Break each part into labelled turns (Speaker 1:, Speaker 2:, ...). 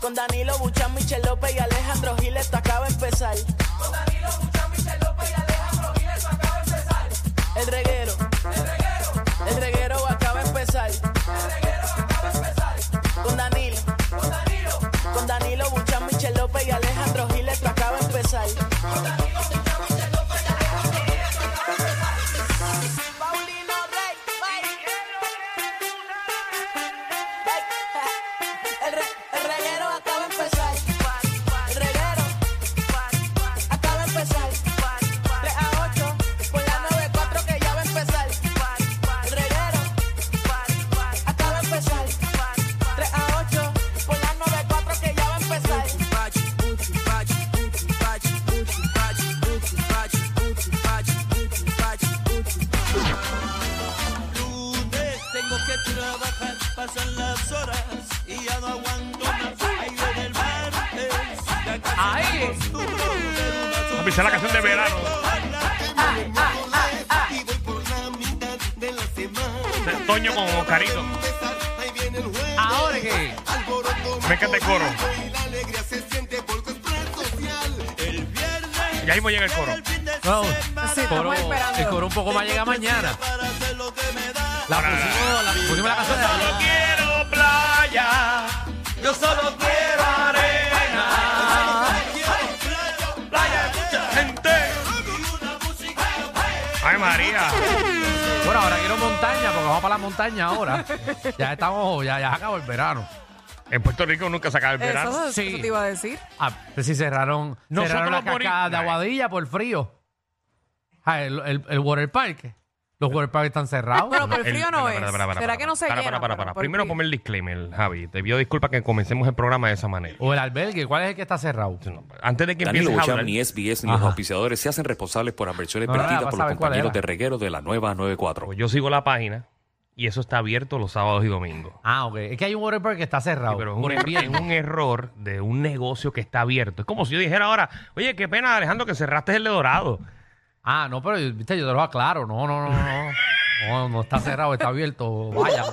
Speaker 1: Con Danilo Buchan, Michel López y Alejandro Giles, esto acaba de empezar.
Speaker 2: Con Danilo Buchan, Michel López y Alejandro Gil, esto acaba de empezar.
Speaker 1: El reguero,
Speaker 2: El reguero,
Speaker 1: el reguero acaba de empezar.
Speaker 2: el reguero acaba de empezar.
Speaker 1: Con Danilo,
Speaker 2: Con Danilo,
Speaker 1: con Danilo Buchan, Michel López y Alejandro Giles, esto acaba de empezar. Paulino Rey, Rey. El re- el reguero acaba de empezar. El reguero acaba de empezar. 3 a 8, por la 94 que ya va a empezar. El reguero acaba de empezar. 3 a 8, por la 94 que ya va a empezar.
Speaker 3: lunes tengo que trabajar, pasan las horas y ya no aguanto más. Ahí viene el martes, ya casi me acostumbro, pero las
Speaker 4: Papi, esa es la canción de verano.
Speaker 3: y voy por la mitad de la semana.
Speaker 4: De Toño con Oscarito.
Speaker 3: Ahí viene el jueves,
Speaker 5: Ahora que
Speaker 3: alboroto
Speaker 4: Me encanta el coro.
Speaker 3: y la alegría se siente por tu expresión social. El viernes
Speaker 4: Y ahí mismo llega el coro.
Speaker 3: el fin de
Speaker 5: no,
Speaker 3: semana
Speaker 5: el coro,
Speaker 1: esperando.
Speaker 5: el coro un poco más llega mañana.
Speaker 3: para hacer lo que me da.
Speaker 5: La pusimos, la pusimos la canción de
Speaker 4: Solo quiero playa. Yo solo quiero arena. Playa, mucha gente. Ay, María.
Speaker 5: Bueno, ahora quiero montaña, porque vamos para la montaña ahora. Ya estamos, ya, ya acabó el verano.
Speaker 4: En Puerto Rico nunca se acaba el verano.
Speaker 6: Eso,
Speaker 5: Sí.
Speaker 6: eso te iba a decir.
Speaker 5: Ah, sí cerraron,
Speaker 4: Nosotros
Speaker 5: cerraron la
Speaker 4: los boric-
Speaker 5: cascada de Aguadilla por frío. Ah, el, el, el water park. Los water park están cerrados.
Speaker 6: Pero por
Speaker 4: El-
Speaker 6: frío no
Speaker 4: para,
Speaker 6: es.
Speaker 4: para, para, para,
Speaker 6: ¿Será
Speaker 4: para.
Speaker 6: que no se
Speaker 4: Para,
Speaker 6: llena?
Speaker 4: para, para,
Speaker 6: Pero
Speaker 4: para.
Speaker 6: por
Speaker 4: Primero
Speaker 6: frío.
Speaker 4: ponme el disclaimer, Javi. Te pido disculpa que comencemos el programa de esa manera.
Speaker 5: O el albergue, ¿cuál es el que está cerrado?
Speaker 4: No, Antes de que
Speaker 7: Danilo
Speaker 4: empieces a
Speaker 7: Bocham,
Speaker 4: hablar,
Speaker 7: ni SBS, ni los
Speaker 5: Ajá.
Speaker 7: auspiciadores se hacen responsables por adversiones
Speaker 5: No, no,
Speaker 7: vertidas
Speaker 5: vas
Speaker 7: por
Speaker 5: a
Speaker 7: los
Speaker 5: ver cuál
Speaker 7: compañeros
Speaker 5: era.
Speaker 7: de reguero de la nueva 94.
Speaker 4: pues yo sigo la página y eso está abierto los sábados y domingos.
Speaker 5: Ah, ok. Es que hay un water park que está cerrado.
Speaker 4: Sí, pero es un,
Speaker 5: por
Speaker 4: er-
Speaker 5: invierno.
Speaker 4: es un error de un negocio que está abierto. Es como si yo dijera ahora, oye, qué pena, Alejandro, que cerraste el de Dorado.
Speaker 5: Ah, no, pero viste, yo te lo aclaro. No, no, no, no. No, no está cerrado, está abierto. Vaya.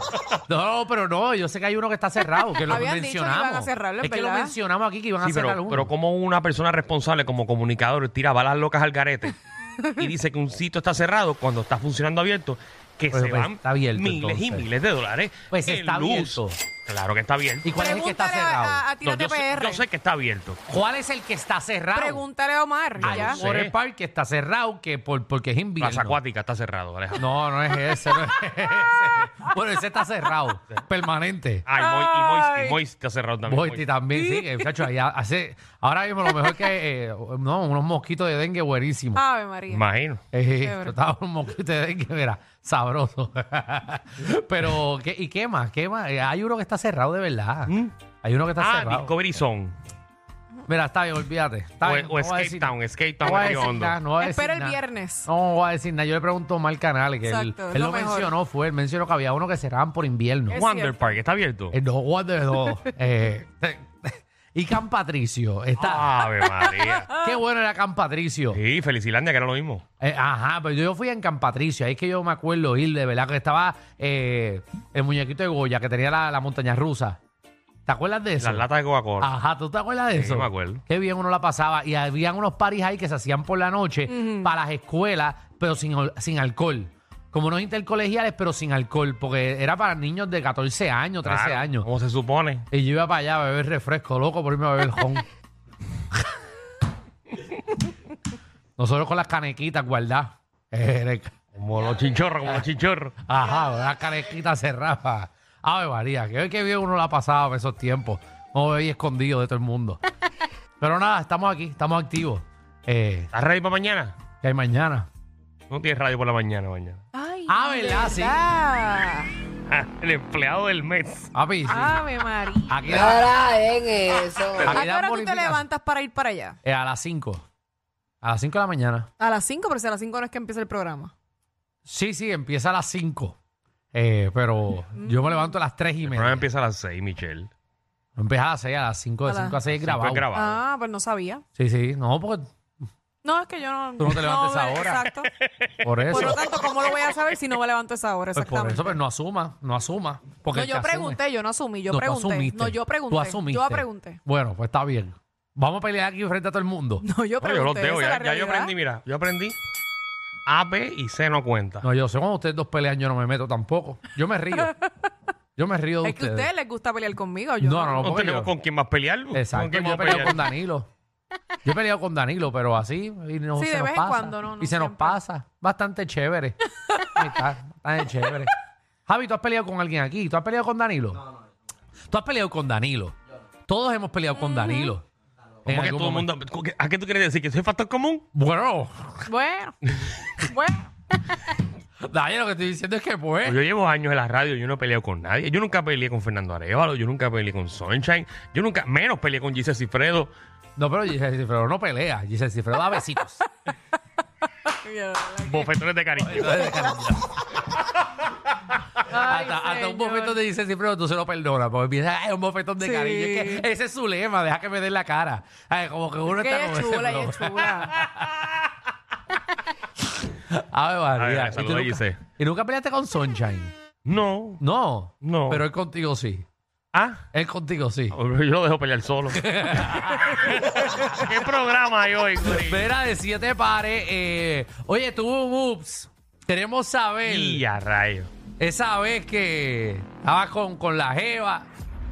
Speaker 5: No, pero no, yo sé que hay uno que está cerrado, que lo
Speaker 6: Habían dicho que iban
Speaker 5: mencionamos.
Speaker 6: a cerrarlo,
Speaker 5: es que lo
Speaker 6: ¿verdad?
Speaker 5: mencionamos aquí que iban
Speaker 4: Sí,
Speaker 5: a cerrar
Speaker 4: pero,
Speaker 5: uno.
Speaker 4: pero como una persona responsable como comunicador tira balas locas al garete y dice que un sitio está cerrado cuando está funcionando abierto, que
Speaker 5: Pero,
Speaker 4: se
Speaker 5: pues,
Speaker 4: van
Speaker 5: está abierto,
Speaker 4: miles y
Speaker 5: entonces.
Speaker 4: miles de dólares.
Speaker 5: Pues,
Speaker 4: en
Speaker 5: está abierto.
Speaker 4: Claro que está abierto.
Speaker 5: ¿Y cuál es el que está
Speaker 6: Pregúntale a-
Speaker 5: cerrado?
Speaker 6: A, a
Speaker 4: No,
Speaker 6: Tírate
Speaker 4: yo, sé,
Speaker 6: PR.
Speaker 4: yo sé que está abierto.
Speaker 5: ¿Cuál es el que está cerrado?
Speaker 6: Pregúntale a Omar.
Speaker 4: Ah,
Speaker 6: ya.
Speaker 5: Hay un
Speaker 4: yo sé.
Speaker 5: water park que está cerrado que por, porque es invierno.
Speaker 4: Plaza Acuática está cerrado, Alejandro.
Speaker 5: No, no es ese, no es ese. Bueno, ese está cerrado, permanente.
Speaker 4: Ay, Moy, y Mois,
Speaker 6: Ay.
Speaker 4: y Mois está cerrado Ah, también.
Speaker 5: Boiti
Speaker 4: Mois.
Speaker 5: también, sí, que muchachos, ahí hace, ahora mismo lo mejor que eh, no, unos mosquitos de dengue buenísimos.
Speaker 6: Ave María.
Speaker 4: Imagino.
Speaker 5: Eh,
Speaker 6: Chévere.
Speaker 5: estaba un mosquito de dengue, mira, sabroso. Pero, ¿qué, ¿y qué más? ¿Qué más? Eh, Hay uno que está cerrado de verdad. Hay uno que Mm, está
Speaker 4: Mm. Ah,
Speaker 5: cerrado.
Speaker 4: Discovery Zone.
Speaker 5: Mira, está bien, olvídate. Está
Speaker 4: O,
Speaker 5: bien,
Speaker 4: o
Speaker 5: no voy a
Speaker 4: Escape
Speaker 5: decir-
Speaker 4: Town, Escape
Speaker 5: No
Speaker 4: Town
Speaker 5: voy a
Speaker 4: Río
Speaker 5: decir
Speaker 4: Hondo.
Speaker 5: nada, no voy a decir
Speaker 6: Espera el
Speaker 5: nada.
Speaker 6: viernes.
Speaker 5: No voy a decir nada. Yo le pregunto mal canal. Que él,
Speaker 6: Exacto,
Speaker 5: él
Speaker 6: es
Speaker 5: lo,
Speaker 6: lo mejor.
Speaker 5: mencionó, fue. Él mencionó que había uno que cerraban por invierno.
Speaker 6: Es
Speaker 4: Wonder
Speaker 6: cierto.
Speaker 4: Park, ¿está abierto?
Speaker 5: Eh, no, Wonder no. Eh, y Can Patricio. Está,
Speaker 4: Ave María.
Speaker 5: Qué bueno era Can Patricio.
Speaker 4: Ah. Sí, Felicilandia, que era lo mismo.
Speaker 5: Eh, ajá, pero yo fui en Can Patricio, ahí es que yo me acuerdo ir, de verdad, que estaba eh, el muñequito de Goya, que tenía la, la montaña rusa. ¿Te acuerdas de eso?
Speaker 4: Las latas de Coca-Cola.
Speaker 5: Ajá, ¿tú te acuerdas de
Speaker 4: Sí,
Speaker 5: eso?
Speaker 4: me acuerdo.
Speaker 5: Qué bien uno la pasaba. Y habían unos paris ahí que se hacían por la noche para las escuelas, pero sin, ol- sin alcohol. Como unos intercolegiales, pero sin alcohol, porque era para niños de 14 años, 13
Speaker 4: Claro,
Speaker 5: años.
Speaker 4: Como se supone.
Speaker 5: Y yo iba para allá a beber refresco, loco, por irme a beber jón. Nosotros con las canequitas guardadas. Eh,
Speaker 4: Como los chinchorros, como los chinchorros.
Speaker 5: Ajá, las canequitas cerradas. Ave María, que, que bien uno la pasaba en esos tiempos. No bebía escondido de todo el mundo. Pero nada, estamos aquí, estamos activos. Eh,
Speaker 4: ¿Estás ready para mañana?
Speaker 5: que hay mañana.
Speaker 4: No tienes radio por la mañana mañana.
Speaker 6: Ay,
Speaker 5: Ah, ¿verdad? Sí.
Speaker 6: ¿verdad?
Speaker 4: Ah, El empleado del mes.
Speaker 5: Papi, sí.
Speaker 6: Ave María.
Speaker 5: aquí, da-
Speaker 6: Ah. ¿A
Speaker 5: aquí
Speaker 6: qué
Speaker 5: dan
Speaker 6: hora tú te
Speaker 5: bonificación.
Speaker 6: levantas para ir para allá?
Speaker 5: Eh, a las 5. A las 5 de la mañana.
Speaker 6: A las 5, pero si a las 5 no es que empieza el programa.
Speaker 5: Sí, sí, empieza a las 5. Eh, pero yo me levanto a las 3 y
Speaker 4: El
Speaker 5: media.
Speaker 4: programa empieza a las 6, Michelle.
Speaker 5: Empieza a las 6, a las 5, de
Speaker 6: A las
Speaker 5: 5 a 6
Speaker 4: Cinco
Speaker 5: grabado.
Speaker 4: es grabado.
Speaker 6: Ah, pues no sabía.
Speaker 5: Sí, sí, no, porque
Speaker 6: No, es que yo no.
Speaker 5: Tú no te levantes
Speaker 6: ve-
Speaker 5: ahora.
Speaker 6: Exacto.
Speaker 5: Por eso.
Speaker 6: Por lo tanto, ¿cómo lo voy a saber si no me levanto a esa hora?
Speaker 5: Pues por
Speaker 6: Exactamente.
Speaker 5: eso, pero no asuma, no asuma. Porque
Speaker 6: no,
Speaker 5: el
Speaker 6: yo
Speaker 5: que asume-
Speaker 6: pregunté, yo no asumí, yo
Speaker 5: No, tú
Speaker 6: pregunté.
Speaker 5: asumiste.
Speaker 6: No, yo pregunté.
Speaker 5: Tú asumiste.
Speaker 6: Yo pregunté.
Speaker 5: Bueno, pues está bien. Vamos a pelear aquí frente a todo el mundo.
Speaker 6: No, yo
Speaker 4: No, yo
Speaker 6: pregunté.
Speaker 4: los dejo,
Speaker 6: esa es
Speaker 4: ya, ya
Speaker 6: la
Speaker 4: yo
Speaker 6: realidad.
Speaker 4: aprendí, mira, yo aprendí A, B y C no cuenta.
Speaker 5: No, yo sé cuando ustedes dos pelean, yo no me meto tampoco. Yo me río. Yo me río de
Speaker 6: Es que a
Speaker 5: ustedes.
Speaker 6: ustedes les gusta pelear conmigo. Yo
Speaker 5: No, no, no,
Speaker 4: No
Speaker 5: porque
Speaker 4: tenemos
Speaker 5: yo-
Speaker 4: con quién más pelear. ¿con
Speaker 5: Exacto.
Speaker 4: quién
Speaker 5: Yo he
Speaker 4: vamos a
Speaker 5: peleado
Speaker 4: pelear?
Speaker 5: con Danilo. Yo he peleado con Danilo, pero así. Y no,
Speaker 6: Sí,
Speaker 5: se
Speaker 6: de
Speaker 5: nos
Speaker 6: vez en
Speaker 5: pasa.
Speaker 6: cuando, no, no
Speaker 5: y se nos
Speaker 6: siempre.
Speaker 5: pasa. Bastante chévere. Ahí está, bastante chévere. Javi, ¿tú has peleado con alguien aquí? ¿Tú has peleado con Danilo? No, no. ¿Tú has peleado con Danilo? Todos hemos peleado con Danilo. En
Speaker 4: ¿Cómo que
Speaker 5: algún
Speaker 4: todo el
Speaker 5: momento.
Speaker 4: mundo, ¿A qué tú quieres decir? ¿Que soy factor común?
Speaker 5: Bueno,
Speaker 6: Bueno, bueno.
Speaker 5: Daniel, lo que estoy diciendo es que pues.
Speaker 4: Yo llevo años en la radio, yo no he peleado con nadie. Yo nunca peleé con Fernando Arevalo, yo nunca peleé con Sunshine, yo nunca, menos peleé con Giselle Cifredo.
Speaker 5: No, pero Giselle Cifredo no pelea. Giselle Cifredo da besitos.
Speaker 4: Bofetones de cariño.
Speaker 5: hasta, hasta un
Speaker 6: señor.
Speaker 5: bofetón de Giselle Cifredo tú se lo perdonas. Porque piensas, ay, un bofetón de
Speaker 6: Sí.
Speaker 5: cariño. Es que ese es su lema, deja que me den la cara. Ay, como que uno
Speaker 6: Que
Speaker 5: está
Speaker 6: ella es
Speaker 5: con ese
Speaker 6: chula, ella
Speaker 5: flow.
Speaker 6: es chula.
Speaker 5: Ay, María.
Speaker 4: A ver,
Speaker 5: ¿Y,
Speaker 4: saluda
Speaker 5: tú
Speaker 4: a
Speaker 5: nunca,
Speaker 4: Giselle.
Speaker 5: y nunca peleaste con Sunshine?
Speaker 4: No.
Speaker 5: No.
Speaker 4: No.
Speaker 5: Pero él contigo sí.
Speaker 4: Ah,
Speaker 5: Él contigo sí.
Speaker 4: yo lo dejo pelear solo. ¿Qué programa hay hoy, Corín?
Speaker 5: Vera de siete pares. eh, oye, tuvo un ups. Queremos saber.
Speaker 4: Y a rayo.
Speaker 5: Esa vez que estabas con, con la jeva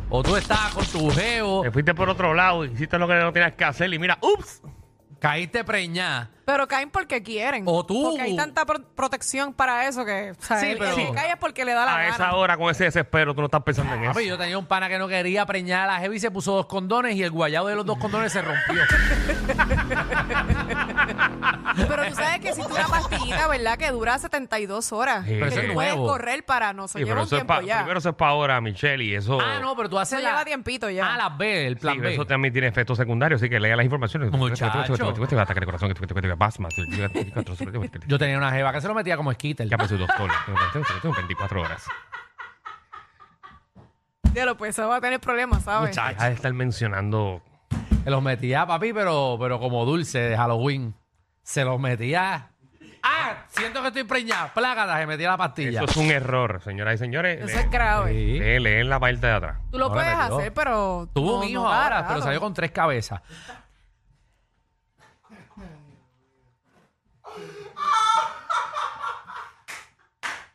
Speaker 5: o tú estabas con tu jevo,
Speaker 4: Te fuiste por otro lado, hiciste lo que no tenías que hacer y mira, ups.
Speaker 5: caíste preñada.
Speaker 6: Pero caen porque quieren.
Speaker 5: O tú.
Speaker 6: Porque hay tanta pro- protección para eso que. O sea,
Speaker 5: Sí,
Speaker 6: el- el
Speaker 5: pero-
Speaker 6: que cae es porque le da la
Speaker 4: A
Speaker 6: gana.
Speaker 4: esa hora, con ese desespero, tú no estás pensando en eso.
Speaker 5: Papi, yo tenía un pana que no quería preñar a la jeva y se puso dos condones y el guayado de los dos condones se rompió.
Speaker 6: Pero tú sabes que si tú una pastillita, ¿verdad? Que dura 72 horas.
Speaker 4: Sí.
Speaker 5: Pero eso
Speaker 6: que
Speaker 5: es
Speaker 6: tú puedes
Speaker 5: nuevo.
Speaker 6: correr para no. Eso
Speaker 4: Sí,
Speaker 6: lleva
Speaker 4: pero
Speaker 6: un
Speaker 4: eso es
Speaker 6: tiempo
Speaker 4: pa-
Speaker 6: ya.
Speaker 4: primero eso es para ahora, Michelle, y eso...
Speaker 5: Ah, no, pero tú haces
Speaker 6: Eso
Speaker 5: la-
Speaker 6: lleva tiempito ya.
Speaker 5: Ah, las B, el
Speaker 4: Sí,
Speaker 5: plan
Speaker 4: pero
Speaker 5: B.
Speaker 4: eso también tiene efectos secundarios, así que lea las informaciones.
Speaker 5: Muchacho.
Speaker 4: Ataque de corazón, pasma,
Speaker 5: Yo tenía una jeva que se lo metía como esquite.
Speaker 4: Ya pasó dos coles. 24 horas.
Speaker 6: Ya lo pues, eso va a tener problemas, ¿sabes?
Speaker 4: Deja de estar mencionando.
Speaker 5: Se los metía, papi, pero, pero como dulce de Halloween. Se los metía. ¡Ah! Siento que estoy preñada. Plágata, se metía la pastilla.
Speaker 4: Eso es un error, señoras y señores.
Speaker 6: Eso es grave.
Speaker 5: Sí.
Speaker 4: Leen la parte de atrás.
Speaker 6: Tú lo
Speaker 5: No, la
Speaker 6: puedes
Speaker 5: metió.
Speaker 6: hacer, pero.
Speaker 5: Tuvo
Speaker 6: no-
Speaker 5: un hijo
Speaker 6: no da
Speaker 5: ahora,
Speaker 6: grado.
Speaker 5: pero salió con tres cabezas.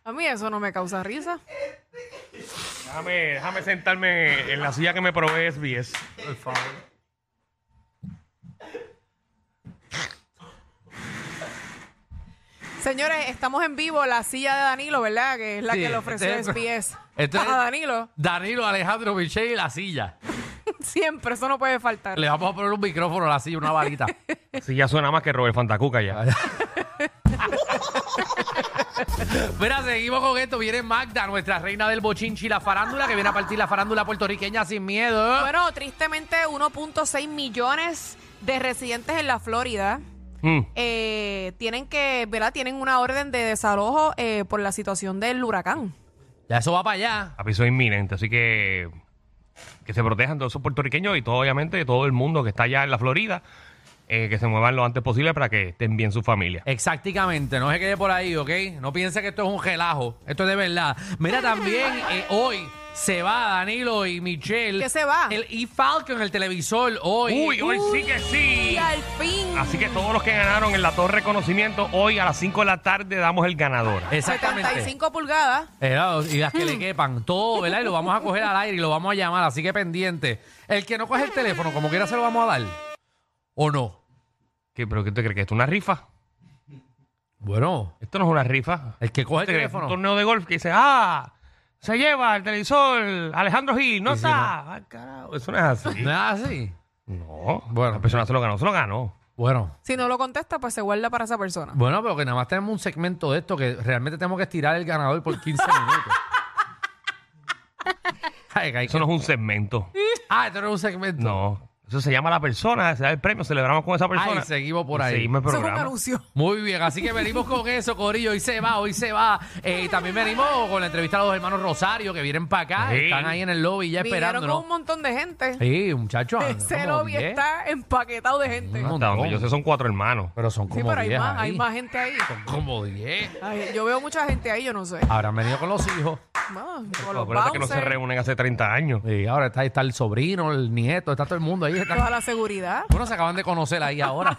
Speaker 6: A mí eso no me causa risa.
Speaker 4: Déjame, déjame sentarme en la silla que me provee SBS.
Speaker 6: Señores, estamos en vivo la silla de Danilo, ¿verdad? Que es la
Speaker 5: Sí,
Speaker 6: que le ofreció
Speaker 5: este es-
Speaker 6: SBS.
Speaker 5: este es-
Speaker 6: a Ah, Danilo,
Speaker 5: Danilo, Alejandro, Michelle y la silla.
Speaker 6: siempre, eso no puede faltar.
Speaker 5: Le vamos a poner un micrófono a la silla, una varita.
Speaker 4: Si ya suena más que Robert Fantacuca ya.
Speaker 5: Mira, seguimos con esto. Viene Magda, nuestra reina del bochinchi, y la farándula, que viene a partir la farándula puertorriqueña sin miedo.
Speaker 6: Bueno, tristemente 1.6 millones de residentes en la Florida
Speaker 4: Mm.
Speaker 6: eh, tienen que, ¿verdad? Tienen una orden de desalojo eh, por la situación del huracán.
Speaker 5: Ya eso va para allá.
Speaker 4: Papi, eso es inminente, así que que se protejan todos esos puertorriqueños y todo, obviamente, todo el mundo que está allá en la Florida, eh, que se muevan lo antes posible para que estén bien su familia.
Speaker 5: Exactamente, no se quede por ahí, ¿ok? No piense que esto es un relajo, esto es de verdad. Mira, también eh, hoy se va Danilo y Michelle.
Speaker 6: ¿Qué se va?
Speaker 5: El E-Falcon, el televisor, hoy.
Speaker 4: Uy, hoy sí que sí.
Speaker 6: Y al fin.
Speaker 5: Ah,
Speaker 4: Así que todos los que ganaron en la torre de conocimiento, hoy a las 5 de la tarde damos el ganador.
Speaker 5: Exactamente.
Speaker 6: 75 pulgadas.
Speaker 5: Eh, claro, y las que le quepan, todo, ¿verdad? Y lo vamos a coger al aire y lo vamos a llamar, así que pendiente. El que no coge el teléfono, como quiera se lo vamos a dar. ¿O no?
Speaker 4: ¿Qué, ¿Pero qué te crees? ¿Que esto es una rifa?
Speaker 5: Bueno,
Speaker 4: Esto no es una rifa.
Speaker 5: el que coge el
Speaker 4: ¿Te crees? Un
Speaker 5: teléfono.
Speaker 4: torneo de golf que dice, ah, se lleva el televisor, Alejandro Gil, no
Speaker 5: Y si
Speaker 4: está. Ah, carajo, eso no es así.
Speaker 5: ¿No es así?
Speaker 4: No,
Speaker 5: Bueno.
Speaker 4: bueno, la persona se lo ganó, se lo ganó.
Speaker 5: Bueno.
Speaker 6: Si no lo contesta, pues se guarda para esa persona.
Speaker 5: Bueno, pero que nada más tenemos un segmento de esto que realmente tenemos que estirar el ganador por 15 minutos. Ay, que hay que-
Speaker 4: Eso no es un segmento.
Speaker 5: Ah, esto no es un segmento.
Speaker 4: No. Eso se llama la persona, se da el premio, celebramos con esa
Speaker 5: Ay,
Speaker 4: persona.
Speaker 5: seguimos por ahí.
Speaker 4: Seguimos el
Speaker 6: Eso es un
Speaker 4: programa.
Speaker 6: anuncio.
Speaker 5: Muy bien, así que venimos con eso, Corillo. Hoy se va, hoy se va. Eh, y también venimos con la entrevista a los hermanos Rosario que vienen para acá.
Speaker 4: Sí.
Speaker 5: Están ahí en el lobby ya
Speaker 6: Vinieron con
Speaker 5: esperándonos.
Speaker 6: un montón de gente.
Speaker 5: Sí, muchachos.
Speaker 6: Ese
Speaker 5: como
Speaker 6: lobby
Speaker 5: 10.
Speaker 6: está empaquetado de gente.
Speaker 5: No,
Speaker 4: Hasta donde yo sé, son cuatro hermanos.
Speaker 5: Pero son como
Speaker 6: Sí, pero hay
Speaker 5: 10
Speaker 6: más, hay
Speaker 5: ahí.
Speaker 6: más gente ahí.
Speaker 5: Son como 10.
Speaker 6: Ay, yo veo mucha gente ahí, yo no sé.
Speaker 5: Habrán venido con los hijos.
Speaker 6: No, con los
Speaker 4: Pues Acuérdate que no se
Speaker 6: bouncers,
Speaker 4: reúnen hace 30 años.
Speaker 5: Y ahora está, está el sobrino, el nieto, está todo el mundo ahí. Está-
Speaker 6: toda la seguridad.
Speaker 5: Bueno, se acaban de conocer ahí ahora.